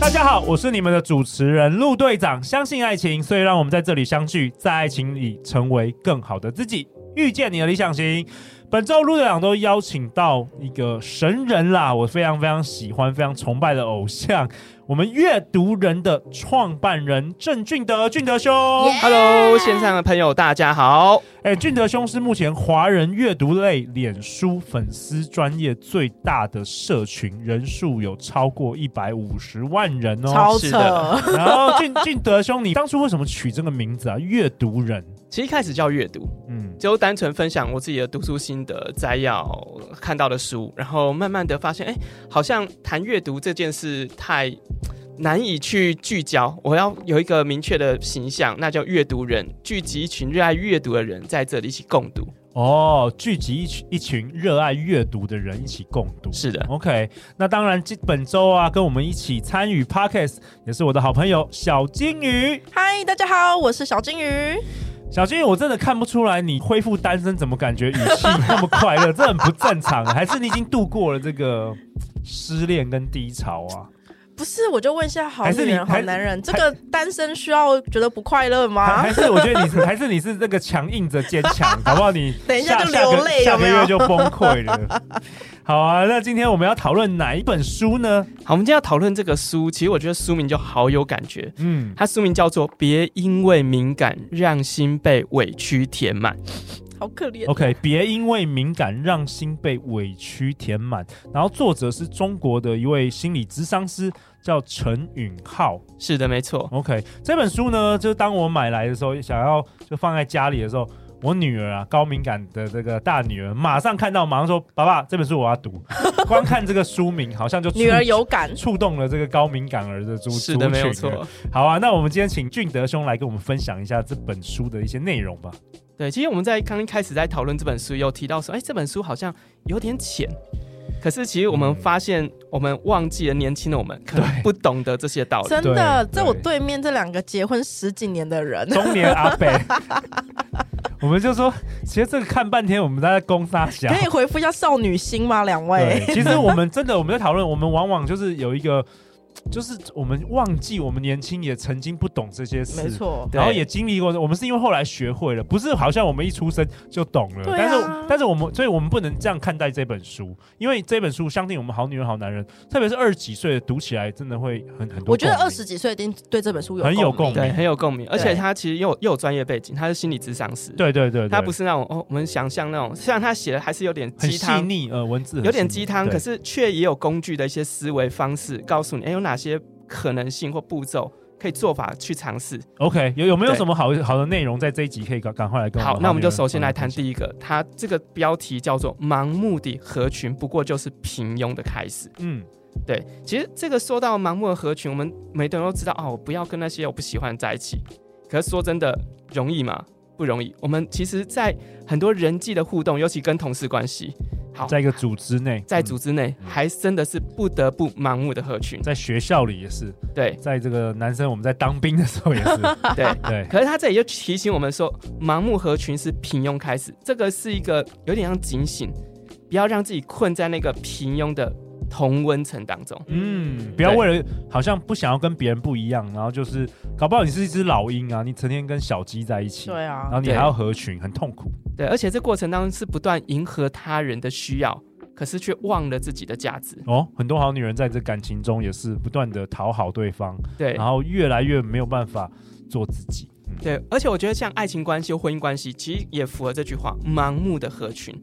大家好，我是你们的主持人陆队长。相信爱情，所以让我们在这里相聚，在爱情里成为更好的自己，遇见你的理想型。本周陆队长都邀请到一个神人啦，我非常非常喜欢、非常崇拜的偶像，我们阅读人的创办人郑俊德，俊德兄。 Hello，线上的朋友大家好。哎，俊德兄是目前华人阅读类脸书粉丝专业最大的社群，人数有超过一百五十万人哦，超是扯的， 然后俊俊德兄，你当初为什么取这个名字啊？阅读人，其实一开始叫阅读，嗯，就单纯分享我自己的读书心得、摘要、呃看到的书，然后慢慢的发现，哎，好像谈阅读这件事太难以去聚焦，我要有一个明确的形象，那叫阅读人，聚集一群热爱阅读的人在这里一起共读。哦，聚集一群一群热爱阅读的人一起共读。是的， OK，那当然，这本周啊，跟我们一起参与 Podcast 也是我的好朋友小金鱼。嗨，大家好，我是小金鱼。小金鱼，我真的看不出来你恢复单身怎么感觉语气那么快乐，这很不正常啊，还是你已经度过了这个失恋跟低潮啊？不是，我就问一下，好还女是你人、好还男人，这还个单身需要觉得不快乐还吗？还是我觉得你 是还是你是这个强硬着坚强，搞不好你 等一下就下个流泪下有个没有月就崩溃 了。好啊，那今天我们要讨论哪一本书呢？好，我们今天要讨论这个书，其实我觉得书名就好有感觉，嗯，它书名叫做《别因为敏感让心被委屈填满》。好可怜。 OK，别因为敏感让心被委屈填满。然后作者是中国的一位心理咨商师，叫陈允浩。是的，没错。 OK，这本书呢，就是当我买来的时候，想要就放在家里的时候，我女儿啊，高敏感的这个大女儿，马上看到，马上说：“爸爸，这本书我要读。” 光看这个书名，好像就触女儿有感，触动了这个高敏感儿的族是的，没有。族群了错。好啊，那我们今天请俊德兄来跟我们分享一下这本书的一些内容吧。 对，其实我们在刚一开始在讨论这本书，有提到说，哎，这本书好像有点浅。可是其实我们嗯发现，我们忘记了年轻的我们可能不懂得这些道理。真的，哦对在我对面这两个结婚十几年 的人，中年阿贝，我们就说，其实这个看半天，我们在攻杀小可。以回复一下少女心吗？两位 对，其实我们真的我们在讨论，我们往往就是有一个，就是我们忘记我们年轻也曾经不懂这些事，没。错，然后对也经历过，我们是因为后来学会了，不是好像我们一出生就懂了。对啊但是，但是我们，所以我们不能这样看待这本书，因为这本书相信我们好女人、好男人，特别是二十几岁的读起来，真的会很很多。我觉得二十，几岁一定对这本书有很有鸣共鸣对，很有共鸣。而且他其实又有又有专业背景，他是心理咨商师。，对对对对，他不是那种哦，我们想象那种，虽然他写的还是有点很鸡细汤，腻，呃，文字很有点细腻鸡汤，对可是却也有工具的一些思维方式，告诉你，哎，有哪些可能性或步骤可以做法去尝试。 OK，有有没有对什么好好的内容在这一集可以赶赶快来跟我好，那我们就首先来谈好第一个，它这个标题叫做“盲目的合群”，不过就是平庸的开始。嗯，对，其实这个说到盲目的合群，我们每个人都知道哦，我不要跟那些我不喜欢在一起。可是说真的，容易吗？不容易。我们其实，在很多人际的互动，尤其跟同事关系，好，在一个组织内，在嗯组织内，还真的是不得不盲目的合群。在学校里也是， 对在这个男生我们在当兵的时候 也是，对，对，可是他这里就提醒我们说，盲目合群是平庸开始，这个是一个有点像警醒，不要让自己困在那个平庸的同温层当中。嗯，不要为了好像不想要跟别人不一样，然后就是搞不好你是一只老鹰啊，你成天跟小鸡在一起，对啊然后，你对还要合群，很痛苦。对，而且这过程当中是不断迎合他人的需要，可是却忘了自己的价值。哦，很多好女人在这感情中也是不断的讨好对方，对然后越来越没有办法做自己。嗯，对，而且我觉得像爱情关系、婚姻关系，其实也符合这句话：盲目的合群，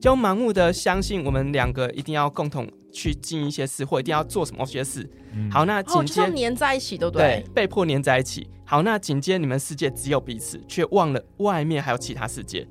就盲目的相信我们两个一定要共同去尽一些事，或一定要做什么些事。嗯好，，那哦，紧就接、像黏在一起，对不对对？被迫粘在一起。好，那紧接你们世界只有彼此，却忘了外面还有其他世界。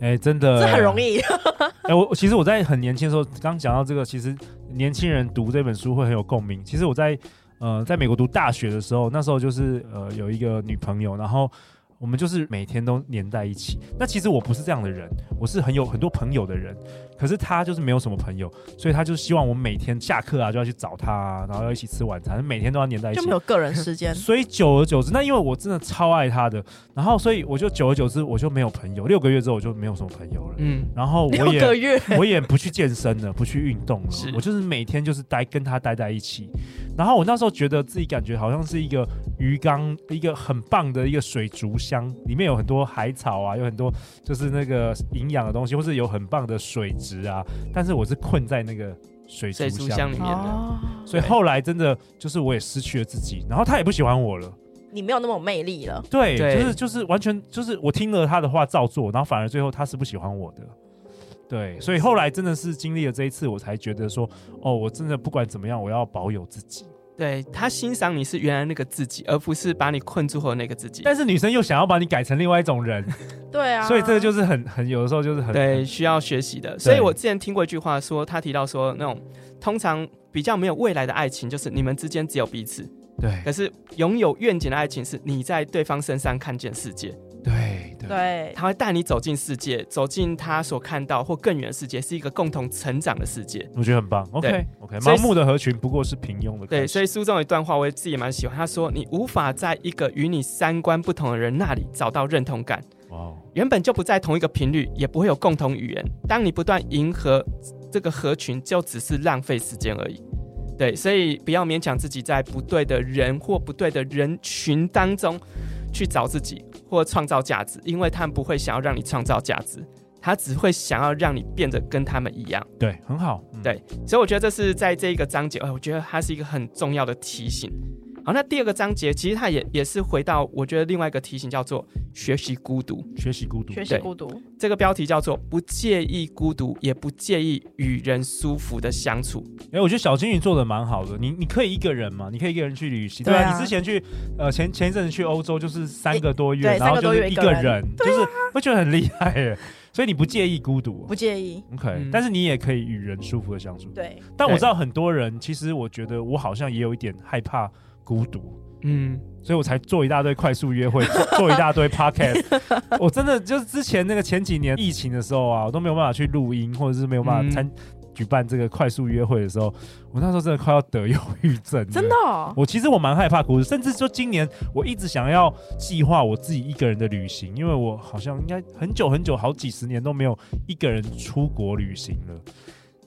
哎，真的，这很容。易， 哎、我我其实我在很年轻的时候，刚讲到这个，其实年轻人读这本书会很有共鸣。其实我在呃，在美国读大学的时候，那时候就是呃有一个女朋友，然后我们就是每天都黏在一起。那其实我不是这样的人，我是很有很多朋友的人，可是她就是没有什么朋友，所以她就希望我每天下课啊就要去找她、啊，然后要一起吃晚餐，每天都要黏在一起就没。有个人时间。所以久而久之，那因为我真的超爱她的，然后所以我就久而久之我就没有朋友，六个月之后我就没有什么朋友了。嗯，然后 我六也个月， 我也不去健身了，不去运动了是，我就是每天就是待跟他待在一起。然后我那时候觉得自己感觉好像是一个鱼缸，一个很棒的一个水族箱，里面有很多海草啊，有很多就是那个营养的东西，或是有很棒的水质啊。但是我是困在那个水族水箱族里箱里面的。哦，所以后来真的就是我也失去了自己，然后他也不喜欢我了。你没有那么有魅力了。对，对就是就是完全就是我听了他的话照做，然后反而最后他是不喜欢我的。对，所以后来真的是经历了这一次，我才觉得说，哦，我真的不管怎么样，我要保有自己。对他欣赏你是原来那个自己，而不是把你困住后的那个自己。但是女生又想要把你改成另外一种人，对啊，所以这个就是很很有的时候就是很对，需要学习的。所以我之前听过一句话说，他提到说，那种通常比较没有未来的爱情，就是你们之间只有彼此；对可是拥有愿景的爱情，是你在对方身上看见世界，对对对，他会带你走进世界，走进他所看到或更远的世界，是一个共同成长的世界。我觉得很棒。OK OK，所以盲目的合群不过是平庸的开始。对，所以书中有一段话，我也自己蛮喜欢。他说：“你无法在一个与你三观不同的人那里找到认同感，哇哦，原本就不在同一个频率，也不会有共同语言。当你不断迎合这个合群，就只是浪费时间而已。对，所以不要勉强自己在不对的人或不对的人群当中去找自己或创造价值，因为他们不会想要让你创造价值，他只会想要让你变得跟他们一样。对，很好。嗯对所以我觉得这是在这一个章节，呃，我觉得它是一个很重要的提醒。好，那第二个章节其实它也也是回到我觉得另外一个提醒，叫做学习孤独。学习孤独，学习对孤独，这个标题叫做“不介意孤独，也不介意与人舒服的相处哎、我觉得小金鱼做的蛮好的。你你可以一个人嘛，你可以一个人去旅行。对对啊啊，你之前去呃前前一阵子去欧洲就是三个多月，对然后三个多就月是一一个个人啊人，就是会觉得很厉害耶。所以你不介意孤独不介意。 ，OK？、嗯但是你也可以与人舒服的相处。对，但我知道很多人，其实我觉得我好像也有一点害怕孤独。”。嗯，所以我才做一大堆快速约会， 做做一大堆 podcast。我真的就是之前那个前几年疫情的时候啊，我都没有办法去录音，或者是没有办法参、举办这个快速约会的时候，我那时候真的快要得忧郁症了。真的哦，我其实我蛮害怕孤独，甚至说今年我一直想要计划我自己一个人的旅行，因为我好像应该很久很久好几十年都没有一个人出国旅行了。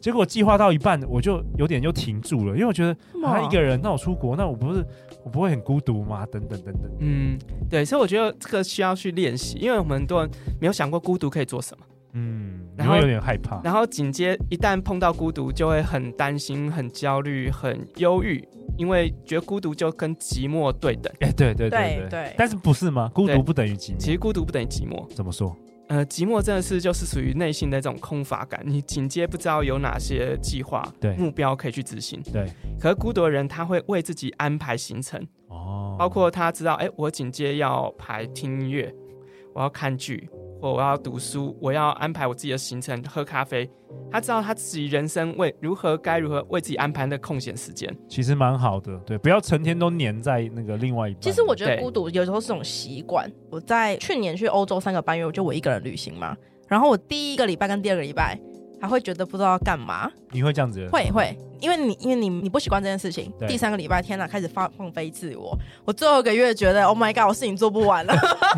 结果计划到一半，我就有点又停住了，因为我觉得为什么他一个人，那我出国，那我不是我不会很孤独吗？等等等等，嗯，对，所以我觉得这个需要去练习，因为我们很多人没有想过孤独可以做什么，嗯，你然后会有点害怕，然后紧接一旦碰到孤独，就会很担心、很焦虑、很忧郁，因为觉得孤独就跟寂寞对等。哎、对对对对对但是不是吗？孤对独不等于寂其寞，实孤独不等于寂寞，怎么说？呃，寂寞真的是就是属于内心的一种空乏感，你紧接不知道有哪些计划、对目标可以去执行。对，可是孤独的人他会为自己安排行程。哦，包括他知道，哎、我紧接要排听音乐，我要看剧，或我要读书，我要安排我自己的行程，喝咖啡。他知道他自己人生为如何该如何为自己安排的空闲时间。其实蛮好的，对，不要成天都黏在那个另外一半。其实我觉得对孤独有时候是种习惯。我在去年去欧洲三个半月，我就我一个人旅行嘛。然后我第一个礼拜跟第二个礼拜还会觉得不知道要干嘛，你会这样子，会会，因为你因为你你不习惯这件事情对。第三个礼拜天呐，开始放放飞自我。我最后一个月觉得，Oh my god，我事情做不 完了，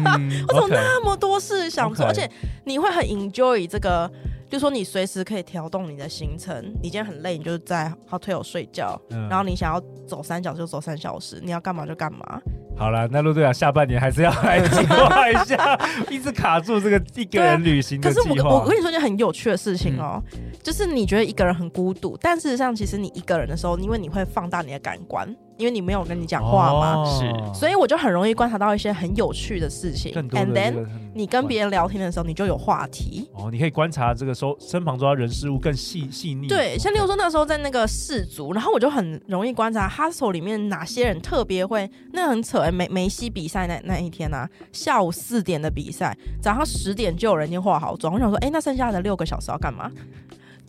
嗯，我怎么 OK 那么多事想做 OK 而且你会很 enjoy 这个，就说你随时可以调动你的行程。你今天很累，你就在 hotel 睡觉，嗯然后你想要走三小时就走三小时，你要干嘛就干嘛，好了，那陆队长下半年还是要来计划一下， 一直卡住这个一个人旅行可的是我计我划嗯我。跟你说一件很有趣的事情哦，就是你觉得一个人很孤独，但事实上其实你一个人的时候，因为你会放大你的感官，因为你没有跟你讲话嘛，哦所以我就很容易观察到一些很有趣的事情。更多的 And 这 then 个嗯很你跟别人聊天的时候，你就有话题。哦，你可以观察这个收身旁周遭人事物更细细腻。对，像例如说那时候在那个氏族，然后我就很容易观察 hustle 里面哪些人特别会，那很扯、欸、梅梅西比赛那那一天啊，下午四点的比赛，早上十点就有人已经化好妆，我想说，哎、那剩下的六个小时要干嘛？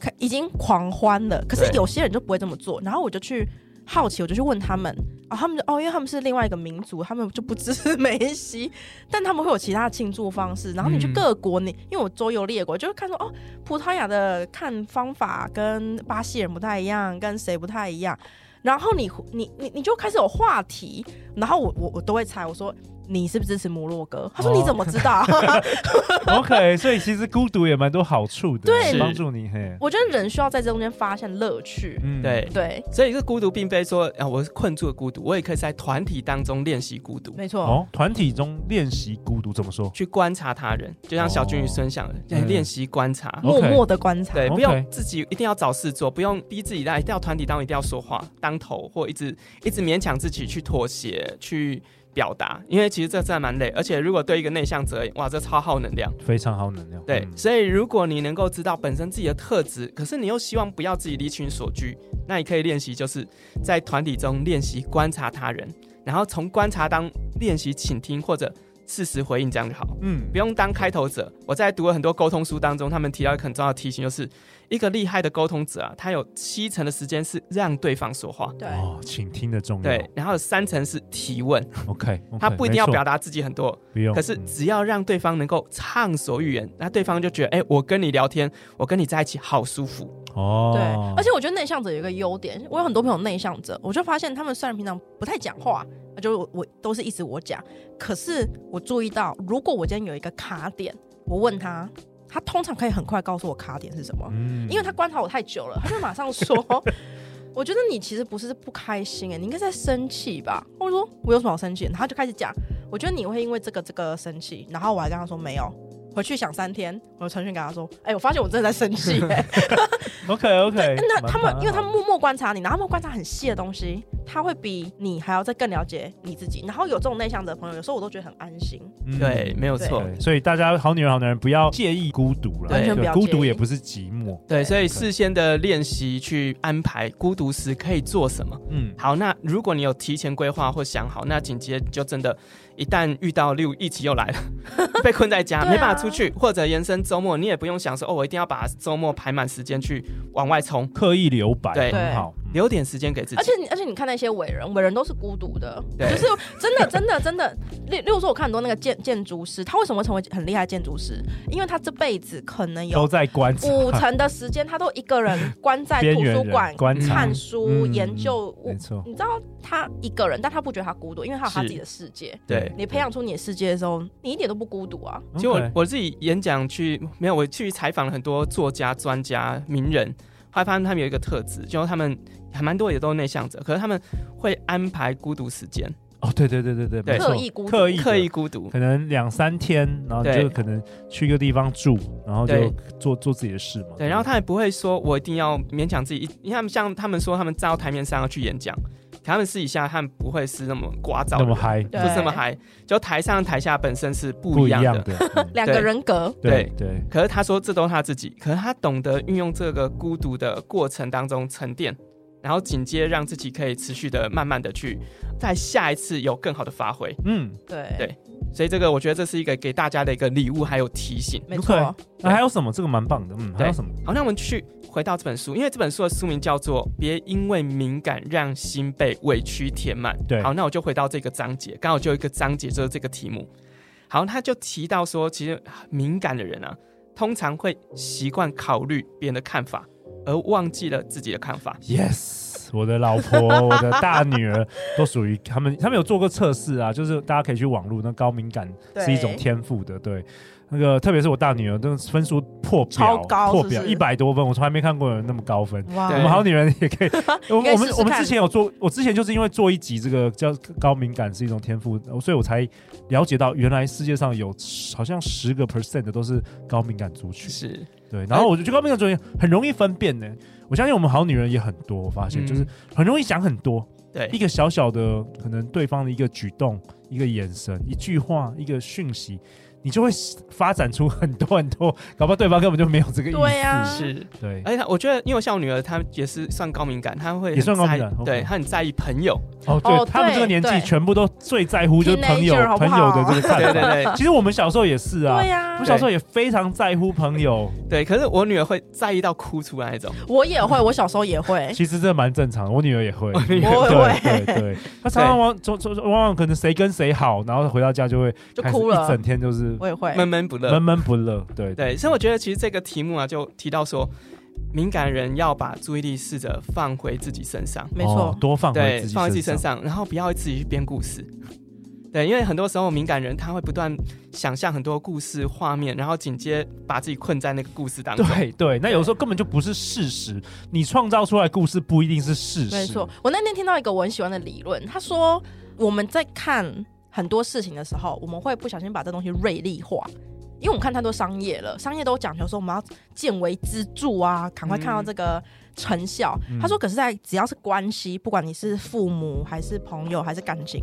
可已经狂欢了，可是对有些人就不会这么做，然后我就去好奇，我就去问他们，哦，他们就哦，因为他们是另外一个民族，他们就不支持 梅西，但他们会有其他的庆祝方式。然后你去嗯各国，你因为我周游列国，就会看说哦，葡萄牙的看方法跟巴西人不太一样，跟谁不太一样。然后你你你你就开始有话题，然后我我我都会猜，我说你是不是支持摩洛哥？他说哦你怎么知 道？ OK，所以其实孤独也蛮多好处的，对是帮助你嘿。我觉得人需要在这中间发现乐趣。嗯对，对，所以这孤独并非说啊、我是困住的孤独，我也可以在团体当中练习孤独，没错。哦，团体中练习孤独怎么说？去观察他人，就像小俊与孙想的，嗯练习观察。默 OK 默的观察，对， OK 不用自己一定要找事做，不用逼自己在一定要团体当中一定要说话当头，或一直一直勉强自己去妥协去表达，因为其实这真的蛮累，而且如果对一个内向者而言，哇，这超耗能量。非常好能量。对，嗯所以如果你能够知道本身自己的特质，可是你又希望不要自己离群索居，那你可以练习就是在团体中练习观察他人，然后从观察当练习倾听或者适时回应，这样就好。嗯不用当开头者。我在读了很多沟通书当中，他们提到一个很重要的提醒，就是一个厉害的沟通者啊，他有七成的时间是让对方说话，对，哦，倾听的重要。对，然后有三成是提问， ，OK，他不一定要表达，达自己很多，不用。可是嗯只要让对方能够畅所欲言，那对方就觉得，哎、我跟你聊天，我跟你在一起好舒服。哦，对，而且我觉得内向者有一个优点，我有很多朋友内向者，我就发现他们虽然平常不太讲话，就是我我都是一直我讲，可是我注意到，如果我今天有一个卡点，我问他，他通常可以很快告诉我卡点是什么，嗯因为他观察我太久了，他就马 上说。我觉得你其实不是不开心哎、你应该在生气吧？我就说我有什么好生气的？然后他就开始讲，我觉得你会因为这个这个生气，然后我还跟他说没有，回去想三天。我就传讯给他说，哎、我发现我真的在生气、欸， OK OK，那他啊们，因为他们默默观察你，然后他们观察很细的东西，他会比你还要再更了解你自己。然后有这种内向者的朋友，有时候我都觉得很安心。对，没有错。对，嗯所以大家好女人好男人不要介意孤独了，完全不要对孤介独意也不是寂寞。对，所以事先的练习去安排孤独时可以做什么。嗯，好，那如果你有提前规划或想好，那紧接就真的，一旦遇到例如疫情又来了， 被困在家对啊没办法出去，或者延伸周末，你也不用想说哦，我一定要把周末排满时间去往外冲，刻意留白对很好。嗯留点时间给自己而。且你而且你看那些伟人，伟人都是孤独的，对就是真的 真的真的。例例如说，我看很多那个建建筑师，他为什么会成为很厉害的建筑师？因为他这辈子可能有都在观察五成的时间，他都一个人关在边图缘书人馆观察看，书、嗯研究物没。错，你知道他一个人，但他不觉得他孤独，因为他有他是自己的世界。对，你培养出你的世界的时候，你一点都不孤独啊。其实我 OK 我自己演讲去没有，我去采访了很多作家、专家、名人，后来发现他们有一个特质，就是他们还蛮多也都是内向者，可是他们会安排孤独时间，哦，对对对对对，对没错刻意孤独刻意的刻意孤独。可能两三天，然后你嗯对就可能去一个地方住，然后就对做做自己的事嘛。对，然后他也不会说我一定要勉强自己，因为他们像他们说他们站到台面上要去演讲，可他们私底下他们不会是那么聒噪那的人，么嗨，对不是那么嗨，就台上台下本身是不不一一样的。样的， 嗯两个对人格，对对，对可是他说这都是他自己，可是他懂得运用这个孤独的过程当中沉淀，然后紧接让自己可以持续的慢慢的去在下一次有更好的发挥。嗯，对对所以这个我觉得这是一个给大家的一个礼物还有提醒。没 OK 错，那还有什么？这个蛮棒的，嗯，还有对什么？好，那我们去回到这本书，因为这本书的书名叫做《别因为敏感让心被委屈填满》。对好，那我就回到这个章节，刚好就有一个章节就是这个题目。好，他就提到说，其实啊敏感的人啊，通常会习惯考虑别人的看法，而忘记了自己的看法。 Yes，我的老婆、我的大女儿都属于他们，他们有做过测试啊，就是大家可以去网络，那高敏感对是一种天赋的，对。那个特别是我大女儿，真的分数破表，超高破是不表是一百多分，我从来没看过有人那么高分。哇我们好女人也 可以，我你可以我们试试我们看之前有做，我之前就是因为做一集这个叫高敏感是一种天赋，所以我才了解到原来世界上有好像十个 percent 的都是高敏感族群。是，对，然后我就觉得高敏感族群很容易分辨呢、我相信我们好女人也很多，我发现、嗯就是很容易想很多，一对，个小小的可能对方的一个举动、一个眼神、一句话、一个讯息，你就会发展出很多很多，搞不好对方根本就没有这个意思。对啊是。对而且她哎我觉得，因为我像我女儿，她也是算高敏感，她会也算很在高敏感哦对 OK 她很在意朋友，哦，对哦他们这个年纪对对全部都最在乎就是朋友 Teenager，好不朋好友的这个看法。对对对其实我们小时候也是啊，对呀、我小时候也非常在乎朋友，对。可是我女儿会在意到哭出来那种，我也会，我小时候 也会，其实这蛮正常的。我女儿也会，我女儿对也对对，她常常往从从往往可能谁跟谁好，然后回到家就会就开始哭了一整天就是我也会。闷闷不乐。闷闷不乐。对对，所以我觉得其实这个题目啊，就提到说，敏感人要把注意力试着放回自己身上，没错哦，多放回对自，己放回自己身身上。上，然后不要自己去编故事。对，因为很多时候敏感人他会不断想象很多故事画面，然后紧接把自己困在那个故事当中。对对，那有时候根本就不是事实，你创造出来的故事不一定是事实。没错，，我那天听到一个我很喜欢的理论，他说我们在看很多事情的时候，我们会不小心把这东西锐利化。因为我们看太多商业了，商业都讲求说我们要见微知著啊，赶快看到这个成效。嗯他说，可是在只要是关系，不管你是父母还是朋友还是感情，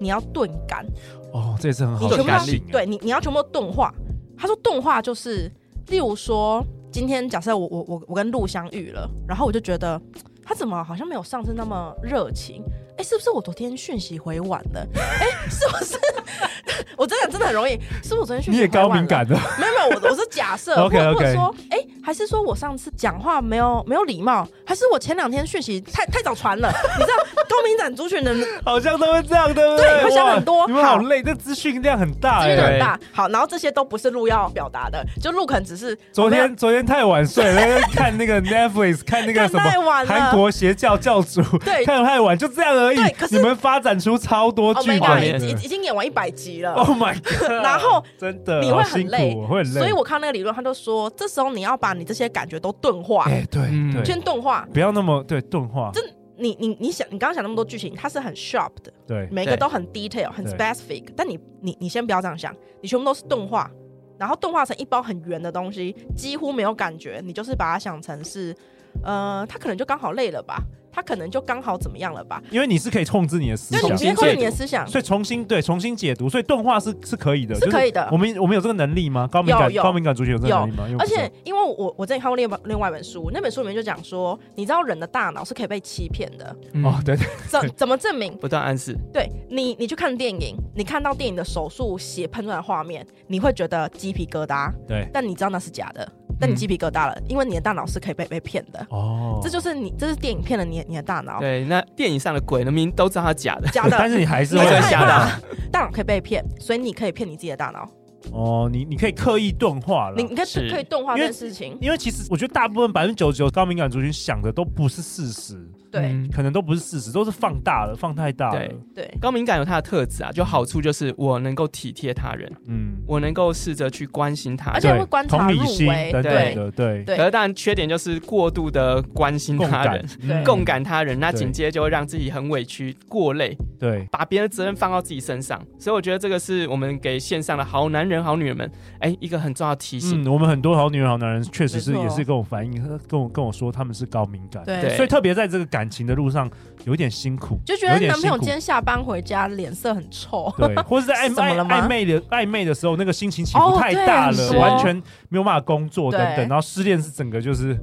你要钝感，哦，这也是很好你的全部感要事性啊情。对你，你要全部都动画。他说动画就是，例如说，今天假设我我我我跟陆相遇了，然后我就觉得他怎么好像没有上次那么热情。哎，是不是我昨天讯息回晚了？哎，是不是？ 我真的真的很容易，是不是我昨天讯你息也回晚高了敏感的，没有没有，我我是假设，或 OK，OK 或者说，哎、还是说我上次讲话没有没有礼貌，还是我前两天讯息太太早传了？你知道高敏感族群的好像都会这样，对不对？对会想哇很多你们好好累，这资讯量很大资讯哎。很大。好，然后这些都不是路要表达的，就路可能只是昨我天们昨天太晚睡 了，看那个 Netflix，看那个看什么太晚了韩国邪教教主，对看得太晚，就这样而已对可。是你们发展出超多，Oh 剧 my 管 god，理已本经的已经演完一百集了。 ，Oh my god！ 然后真的你会好很辛苦累我会很累。所以我看那个理论，他就说，这时候你要把你这些感觉都钝化，哎，对嗯对，先钝化。不要那么对钝化，真你你你想，你刚刚想那么多剧情，它是很 sharp 的，对每个都很 detail，很对 specific。但你你你先不要这样想，你全部都是动画，然后动画成一包很圆的东西，几乎没有感觉。你就是把它想成是，呃，他可能就刚好累了吧，他可能就刚好怎么样了吧，因为你是可以控制你的思就你想直。接重新控制解你的读思想。所以重新对重新解读，所以动画是是可以的，是就可以的我们我们有这个能力吗？高敏感有有高敏感族群有这个能力吗？因为我而不知道且，因为我我之前看过另外另外一本书，那本书里面就讲说，你知道人的大脑是可以被欺骗的，嗯哦，对对， 怎怎么证明？不断暗示，对你，你去看电影，你看到电影的手术血喷出来的画面，你会觉得鸡皮疙瘩，对，但你知道那是假的，但你鸡皮疙瘩了，因为你的大脑是可以被被骗的，嗯哦这就是你，这是电影骗了你你的大脑，对，那电影上的鬼，明明都知道他假的，假的，哎 但是你还是 你会那会个害假怕的，大脑可以被骗，所以你可以骗你自己的大脑，哦，你你可以刻意钝化了你。你可以是可以动画因这为件事情，因为其实我觉得大部分百分之九十九高敏感族群想的都不是事实，对、嗯可能都不是事实，都是放大了，放太大了对。对，高敏感有它的特质啊，就好处就是我能够体贴他人，嗯，我能够试着去关心他而人。且会对观察同理入心微等等对的，对对可是当然缺点就是过度的关心共他感人，对共感他人，那对紧接着就会让自己很委屈、过累，对把别人的责任放到自己身上。所以我觉得这个是我们给线上的好男人、好女人们，哎，一个很重要的提醒。嗯，我们很多好女人、好男人确实是没错也是跟我反映，跟我跟我说他们是高敏感，对对所以特别在这个感情的路上有一点辛苦，就觉有得点男朋友辛苦今天下班回家脸色很臭，对， 或是在暧怎么昧了吗暧昧的暧昧的时候，那个心情起伏哦太大对了，是完全没有办法工作等对等，然后失恋是整个就是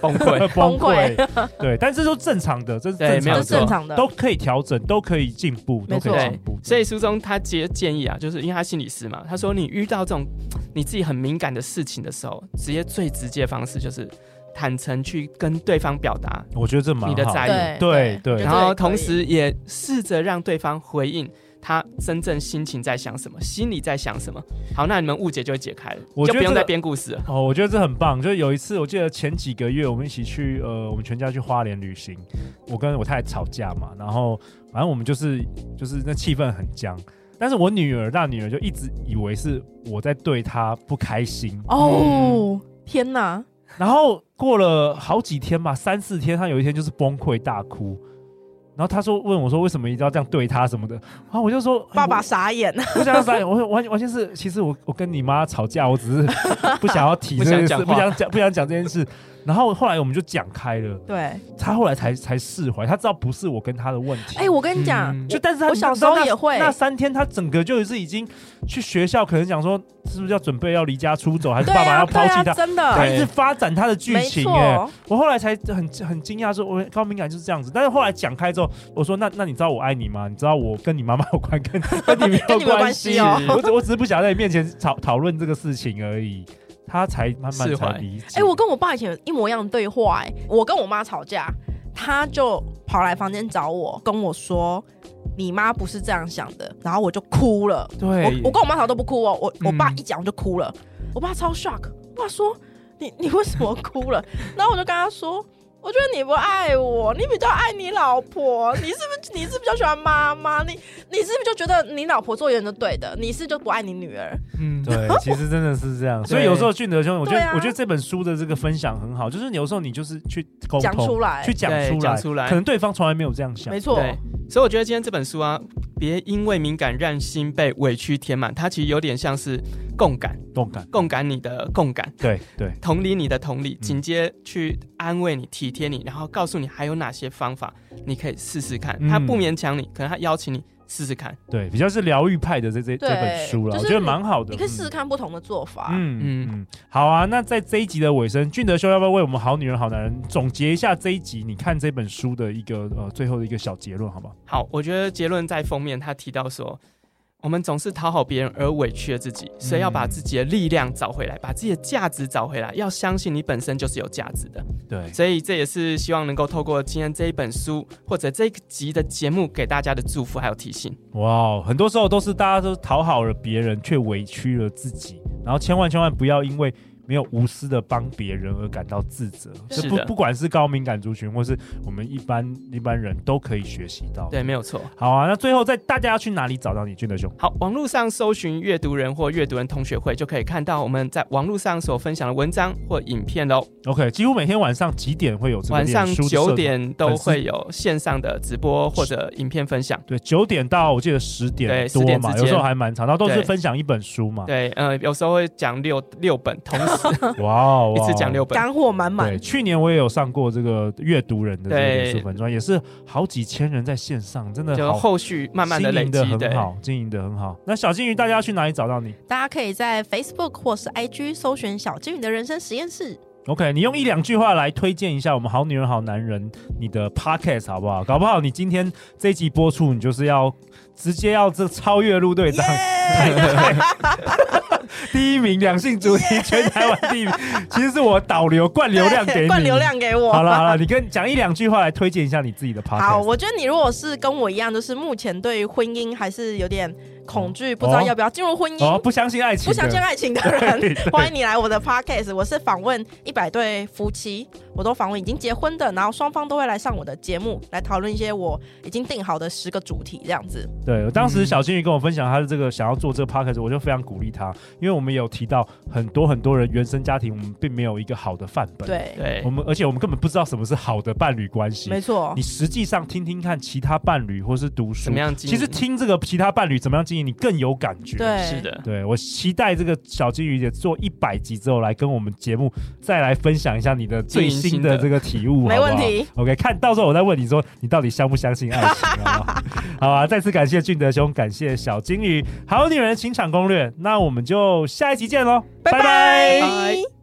崩溃 崩溃溃，对，但这都正常的，这是对正没这常有是错正的，常的，都可以调整，都可以进步，都没可错以进步。所以书中他接建议啊，就是因为他心理师嘛，他说你遇到这种你自己很敏感的事情的时候，直接最直接的方式就是坦诚去跟对方表达，我觉得这蛮你的好在意对对对我觉得然后这也可同以时也试着让对方回应他真正心情在想什么，心里在想什么。好，那你们误解就会解开了，我觉就得不用这个再编故事了。哦，我觉得这很棒。就是有一次，我记得前几个月我们一起去，呃，我们全家去花莲旅行，我跟我太太吵架嘛，然后反正我们就是就是那气氛很僵，但是我女儿大女儿就一直以为是我在对她不开心，嗯哦，天哪！然后过了好几天吧，三四天，她有一天就是崩溃大哭。然后她说问我说为什么一定要这样对她什么的，然后我就说哎爸爸我傻 眼，我想要撒野，我完完全是，其实我我跟你妈吵架，我只 是不想要提这件事，不想讲不话想讲不想讲这件事。然后后来我们就讲开了，对，她后来才才释怀，她知道不是我跟她的问题。哎，我跟你讲，嗯就但是她我小时候那也会那三天，她整个就是已经去学校，可能讲说是不是要准备要离家出走，还是对爸爸啊，要抛对弃啊，她，真她的，一直发展她的剧没情、错，哎，我后来才很很惊讶，说我高敏感就是这样子。但是后来讲开之后，我说那那你知道我爱你吗？你知道我跟你妈妈有关， 跟跟你没跟你没有关关系系哦我只我只是不想在你面前讨讨论这个事情而已。他才慢慢释才怀理解。哎、我跟我爸以前有一模一样的对话、哎，我跟我妈吵架，他就跑来房间找我，跟我说。你妈不是这样想的，然后我就哭了。我对，我跟我妈吵都不哭哦，我我爸嗯一讲我就哭了，我爸超 shock，我爸说你你为什么哭了？ 然后我就跟他说，我觉得你不爱我，你比较爱你老婆，你是不是你是比较喜欢妈妈？你你是不是就觉得你老婆做永远都对的，你是就不爱你女儿？嗯， 对，其实真的是这样。所以有时候俊德兄，我觉得、对啊我觉得这本书的这个分享很好，就是有时候你就是去沟讲通，出来去讲对出来，讲出来可能对方从来没有这样想没。错，对所以我觉得今天这本书啊，别因为敏感让心被委屈填满，它其实有点像是共感，动感，共感你的共感，对对，同理你的同理，紧接去安慰你、体贴你，然后告诉你还有哪些方法你可以试试看。嗯他不勉强你，可能他邀请你试试看。对，比较是疗愈派的这这这对本书了，就是我觉得蛮好的。你可以嗯试试看不同的做法。嗯嗯嗯，好啊。那在这一集的尾声，俊德兄要不要为我们好女人好男人总结一下这一集你看这本书的一个呃最后的一个小结论，好不好？好，我觉得结论在封面，他提到说，我们总是讨好别人而委屈了自己，嗯所以要把自己的力量找回来，把自己的价值找回来，要相信你本身就是有价值的。对，所以这也是希望能够透过今天这一本书或者这一集的节目给大家的祝福还有提醒。哇，很多时候都是大家都讨好了别人，却委屈了自己，然后千万千万不要因为。没有无私的帮别人而感到自责，是这的不不管是高敏感族群，或是我们一般一般人都可以学习到。对，，没有错。好啊，那最后在大家要去哪里找到你，俊德兄？好，网络上搜寻“阅读人”或“阅读人同学会”，就可以看到我们在网络上所分享的文章或影片喽。 OK，几乎每天晚上几点会有这个晚上脸书的社九团点都会有线上的直播或者影片分享。对，九点到我记得十点对多10点嘛，之有间时候还蛮长，然后都是对分享一本书嘛。对，呃，有时候会讲六六本，同 时哇哦，一哇哦次讲六本。干货满满对，，去年我也有上过这个阅读人的这个对脸书粉专，也是好几千人在线上，真的就好后续慢慢的累积经，营的对很，好，经营的很好。那小金鱼，大家要去哪里找到你大家可以在 Facebook 或是 IG 搜寻“小金鱼的人生实 验室？OK，你用一两句话来推荐一下我们好女人好男人你的 Podcast 好不好？搞不好你今天这一集播出，你就是要直接要这超越陆队”。长。第一名，两性主题全台湾第一名，其实是我导流灌流量给你， 灌流。量给我。好了好了，你跟讲一两句话来推荐一下你自己的 podcast。好，我觉得你如果是跟我一样，就是目前对于婚姻还是有点恐惧，不知道要不要进入婚姻，哦，不相信爱情，不相信。爱情的人对对， 欢迎你来我的 podcast。我是访问一百对夫妻，我都访问已经结婚的，然后双方都会来上我的节目，来讨论一些我已经定好的十个主题这样子。对，我当时小金鱼跟我分享他的这个想要做这个 podcast，我就非常鼓励他，因为我们有提到很多很多人原生家庭，我们并没有一个好的范本。，对，对我，们而且我们根本不知道什么是好的伴侣关系没。错你，实际上听听看其他伴侣或是读书怎么，样经其营？实听这个其他伴侣怎么样经营，你更有感觉。对，是的，对我期待这个小金鱼姐做一百集之后来跟我们节目再来分享一下你的最新的这个体悟，没好不好问题 OK，看到时候我再问你说你到底相不相信 爱情，好不好？好啊，再次感谢俊德兄，感谢小金鱼，好女人情场攻略，那我们就下一集见喽，拜拜。拜